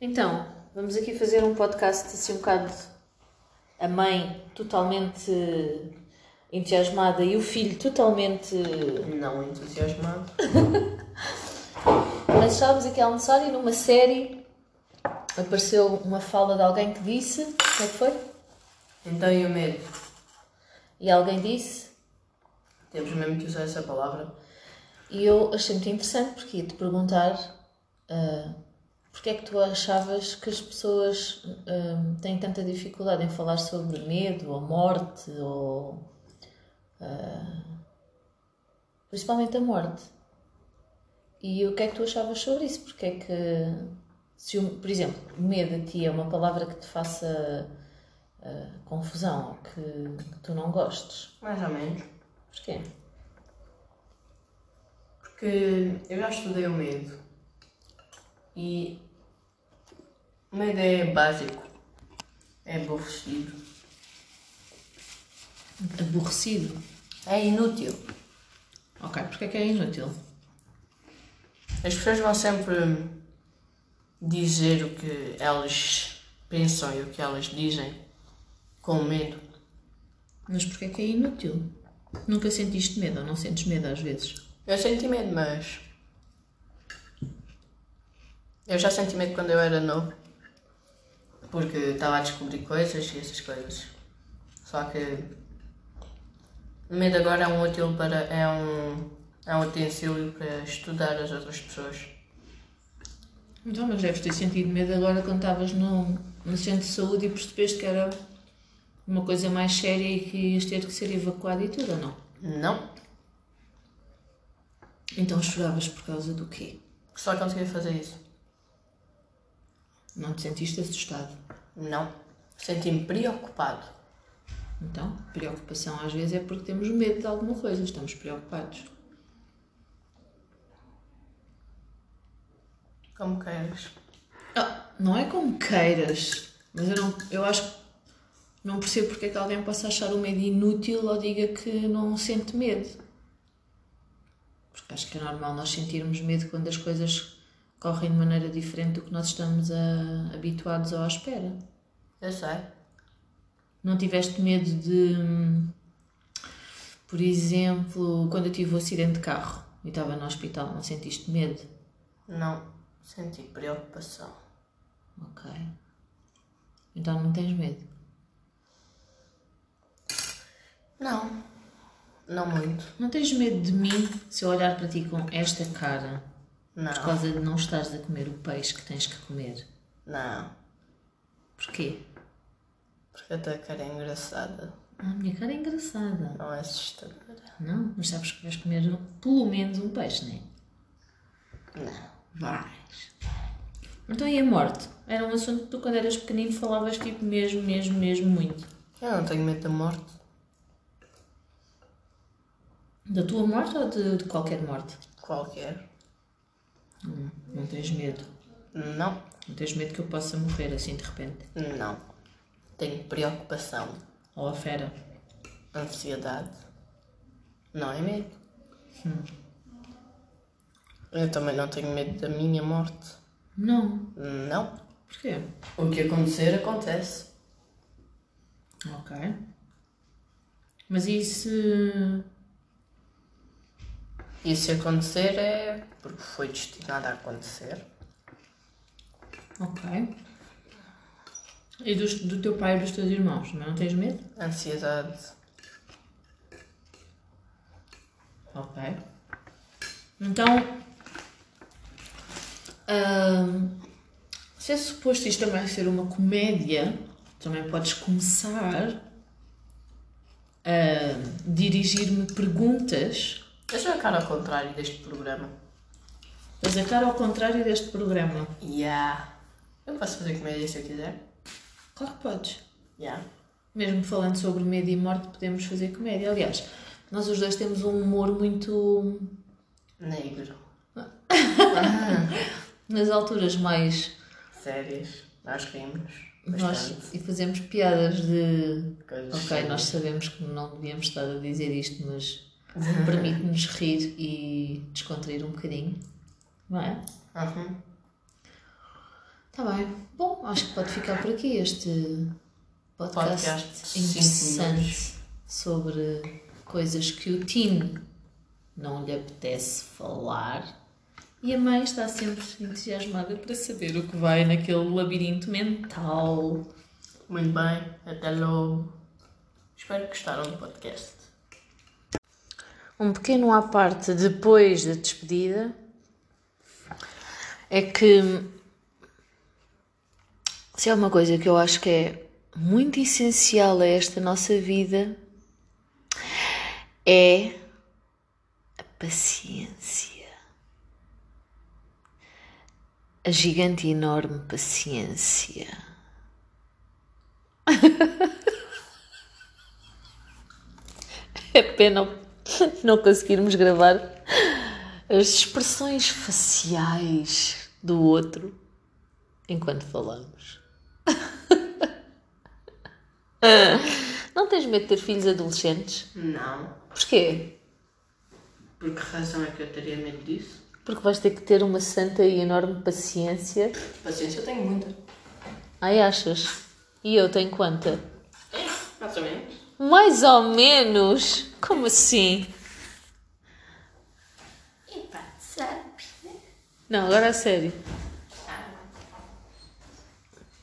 Então, vamos aqui fazer um podcast assim um bocado a mãe totalmente entusiasmada e o filho totalmente. Não entusiasmado. Mas estávamos aqui a almoçar e numa série apareceu uma fala de alguém que disse. Como é que foi? Então e o medo? E alguém disse. Temos mesmo que usar essa palavra. E eu achei muito interessante porque ia te perguntar ah, porque é que tu achavas que as pessoas ah, têm tanta dificuldade em falar sobre medo ou morte ou ah, principalmente a morte. E o que é que tu achavas sobre isso? Porque é que se o, por exemplo, medo a ti é uma palavra que te faça ah, confusão ou que, que tu não gostes. Mais ou menos. Porquê? Porque eu já estudei o medo. E o medo é básico. É aborrecido. Aborrecido. É inútil. Ok, porque é que é inútil? As pessoas vão sempre dizer o que elas pensam e o que elas dizem com medo. Mas porque é que é inútil? Nunca sentiste medo ou não sentes medo às vezes? Eu senti medo, mas. Eu já senti medo quando eu era novo. Porque estava a descobrir coisas e essas coisas. Só que. O medo agora é um útil para. é um. é um utensílio para estudar as outras pessoas. Então, mas deves ter sentido medo agora quando estavas no, no centro de saúde e percebeste que era uma coisa mais séria e que ias ter que ser evacuado e tudo, ou não? Não. Então choravas por causa do quê? Só conseguia fazer isso. Não te sentiste assustado? Não. Senti-me preocupado. Então, preocupação às vezes é porque temos medo de alguma coisa, estamos preocupados. Como queiras. Ah, não é como queiras, mas eu, não, eu acho que não percebo porque é que alguém possa achar o medo inútil ou diga que não sente medo. Porque acho que é normal nós sentirmos medo quando as coisas correm de maneira diferente do que nós estamos a- habituados ou à espera. Eu sei. Não tiveste medo de, hum, por exemplo, quando eu tive o acidente de carro e estava no hospital, não sentiste medo? Não. Senti preocupação. Ok. Então não tens medo. Não. Não muito. Não tens medo de mim se eu olhar para ti com esta cara Não. por causa de não estares a comer o peixe que tens que comer? Não. Porquê? Porque a tua cara é engraçada. Ah, a minha cara é engraçada. Não é assustadora. Não? Mas sabes que vais comer pelo menos um peixe, não é? Não. Vais. Então e a morte? Era um assunto que tu quando eras pequenino falavas tipo mesmo, mesmo, mesmo muito. Eu não tenho medo da morte. Da tua morte ou de, de qualquer morte? Hum, Qualquer. Não tens medo. Não. Não tens medo que eu possa morrer assim de repente. Não. Tenho preocupação. Ou a fera. Ansiedade. Não é medo. Hum. Eu também não tenho medo da minha morte. Não. Não. Porquê? O que acontecer, acontece. Ok. Mas e se. E se acontecer é porque foi destinado a acontecer. Ok. E dos, do teu pai e dos teus irmãos? Também não tens medo? Ansiedade. Ok. Então, ahm, se é suposto isto também ser uma comédia, também podes começar a dirigir-me perguntas. Deixa a cara ao contrário deste programa. Mas a cara ao contrário deste programa. Yeah. Eu posso fazer comédia se eu quiser. Claro que podes. Yeah. Mesmo falando sobre medo e morte, podemos fazer comédia. Aliás, nós os dois temos um humor muito. Negro. nas alturas mais. Sérias. Nós rimos. Bastante. Nós, e fazemos piadas de. Coisas Ok, sérias. nós sabemos que não devíamos estar a dizer isto, mas permite-nos rir e descontrair um bocadinho, não é? Uhum. Está bem. Bom, acho que pode ficar por aqui este podcast, Podcast de cinco interessante minutos. sobre coisas que o Tim não lhe apetece falar. E a mãe está sempre entusiasmada para saber o que vai naquele labirinto mental. Muito bem, até logo. Espero que gostaram do podcast. Um pequeno à parte depois da despedida é que se há uma coisa que eu acho que é muito essencial a esta nossa vida é a paciência. A gigante e enorme paciência. É pena não conseguirmos gravar as expressões faciais do outro enquanto falamos. Não tens medo de ter filhos adolescentes? Não. Porquê? Por que razão é que eu teria medo disso? Porque vais ter que ter uma santa e enorme paciência. Paciência, eu tenho muita. Ai, achas? E eu tenho quanta? Mais ou menos. Mais ou menos? Como assim? Epá, sabes? Não, agora a sério.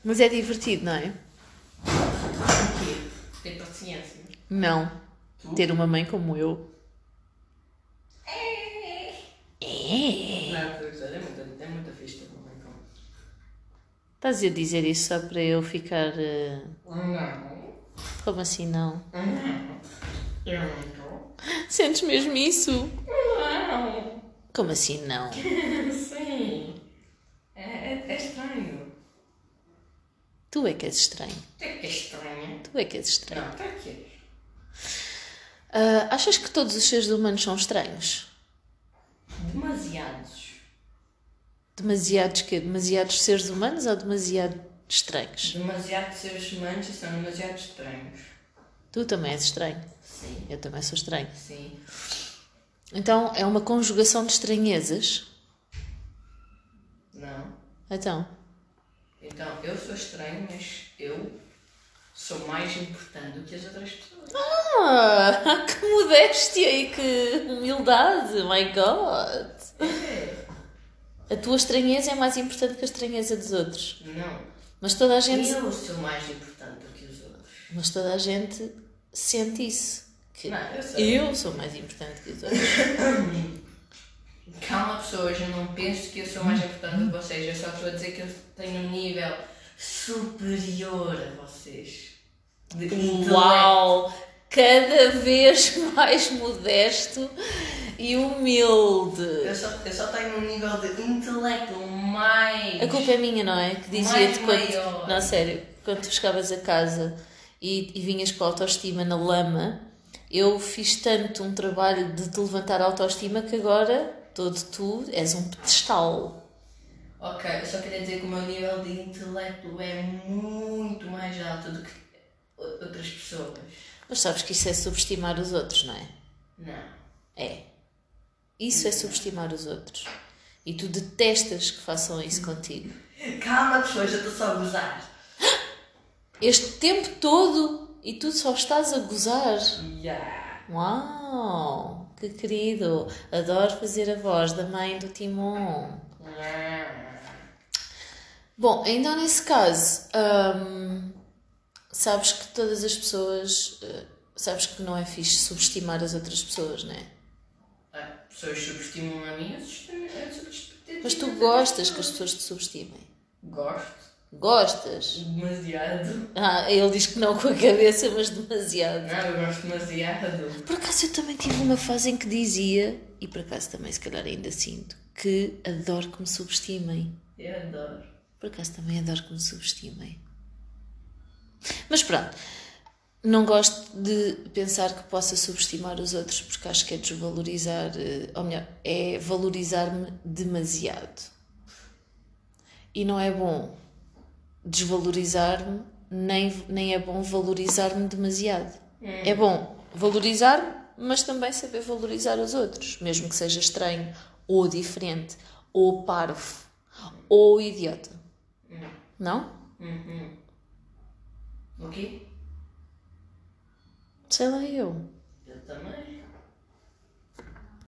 Mas é divertido, não é? Porquê? Ter paciência. Não. Ter uma mãe como eu. É. Não, por dizer, é muita, é muita vista. Não, Estás a dizer isso só para eu ficar. eh, não. Como assim não? Eu não estou. Sentes mesmo isso? Como assim não? Sim. É, é, é estranho. Tu é que és estranho. Até que é estranho. Tu é que és estranho. Não, até que é. Ah, achas que todos os seres humanos são estranhos? Demasiados. Demasiados quê? Demasiados seres humanos ou demasiado estranhos? Demasiados seres humanos e são demasiado estranhos. Tu também és estranho. Sim. Eu também sou estranho. Sim. Então é uma conjugação de estranhezas? Não. Então, Então, eu sou estranho, mas eu sou mais importante do que as outras pessoas. Ah, que modéstia e que humildade, my God! A tua estranheza é mais importante que a estranheza dos outros. Não. Mas toda a gente, Eu sou mais importante do que os outros. mas toda a gente sente isso. Que Não, eu sei. eu sou mais importante que os outros. Calma, pessoas, eu não penso que eu sou mais importante do que vocês. Eu só estou a dizer que eu tenho um nível superior a vocês. De intelecto. Uau! Cada vez mais modesto e humilde. Eu só, eu só tenho um nível de intelecto mais. A culpa é minha, não é? Que dizia-te Mais quando. maior. Não, sério, quando tu chegavas a casa e, e vinhas com a autoestima na lama, eu fiz tanto um trabalho de te levantar a autoestima que agora, todo tu, és um pedestal. Ok, eu só queria dizer que o meu nível de intelecto é muito mais alto do que o- outras pessoas. Mas sabes que isso é subestimar os outros, não é? Não. É. Isso é subestimar os outros. E tu detestas que façam isso contigo. Calma, pessoas, eu estou só a gozar. Este tempo todo e tu só estás a gozar. Yeah. Uau, que querido! Adoro fazer a voz da mãe do Timon. Bom, então nesse caso, hum, sabes que todas as pessoas. eh, Sabes que não é fixe subestimar as outras pessoas, não é? Ah, pessoas subestimam a mim, eu subestimo- eu subestimo. Mas tu gostas que as pessoas te subestimem. Gosto. Gostas? Demasiado. Ah, ele diz que não com a cabeça, mas demasiado. Não, eu gosto demasiado. Por acaso eu também tive uma fase em que dizia, e por acaso também se calhar ainda sinto, que adoro que me subestimem. Eu adoro. Por acaso também adoro que me subestimem. Mas pronto, não gosto de pensar que possa subestimar os outros porque acho que é desvalorizar, eh, ou melhor, é valorizar-me demasiado. E não é bom desvalorizar-me, nem, nem é bom valorizar-me demasiado. É bom valorizar-me, mas também saber valorizar os outros, mesmo que seja estranho, ou diferente, ou parvo, ou idiota. Hum. Não? Uhum. O quê? Sei lá eu. Eu também.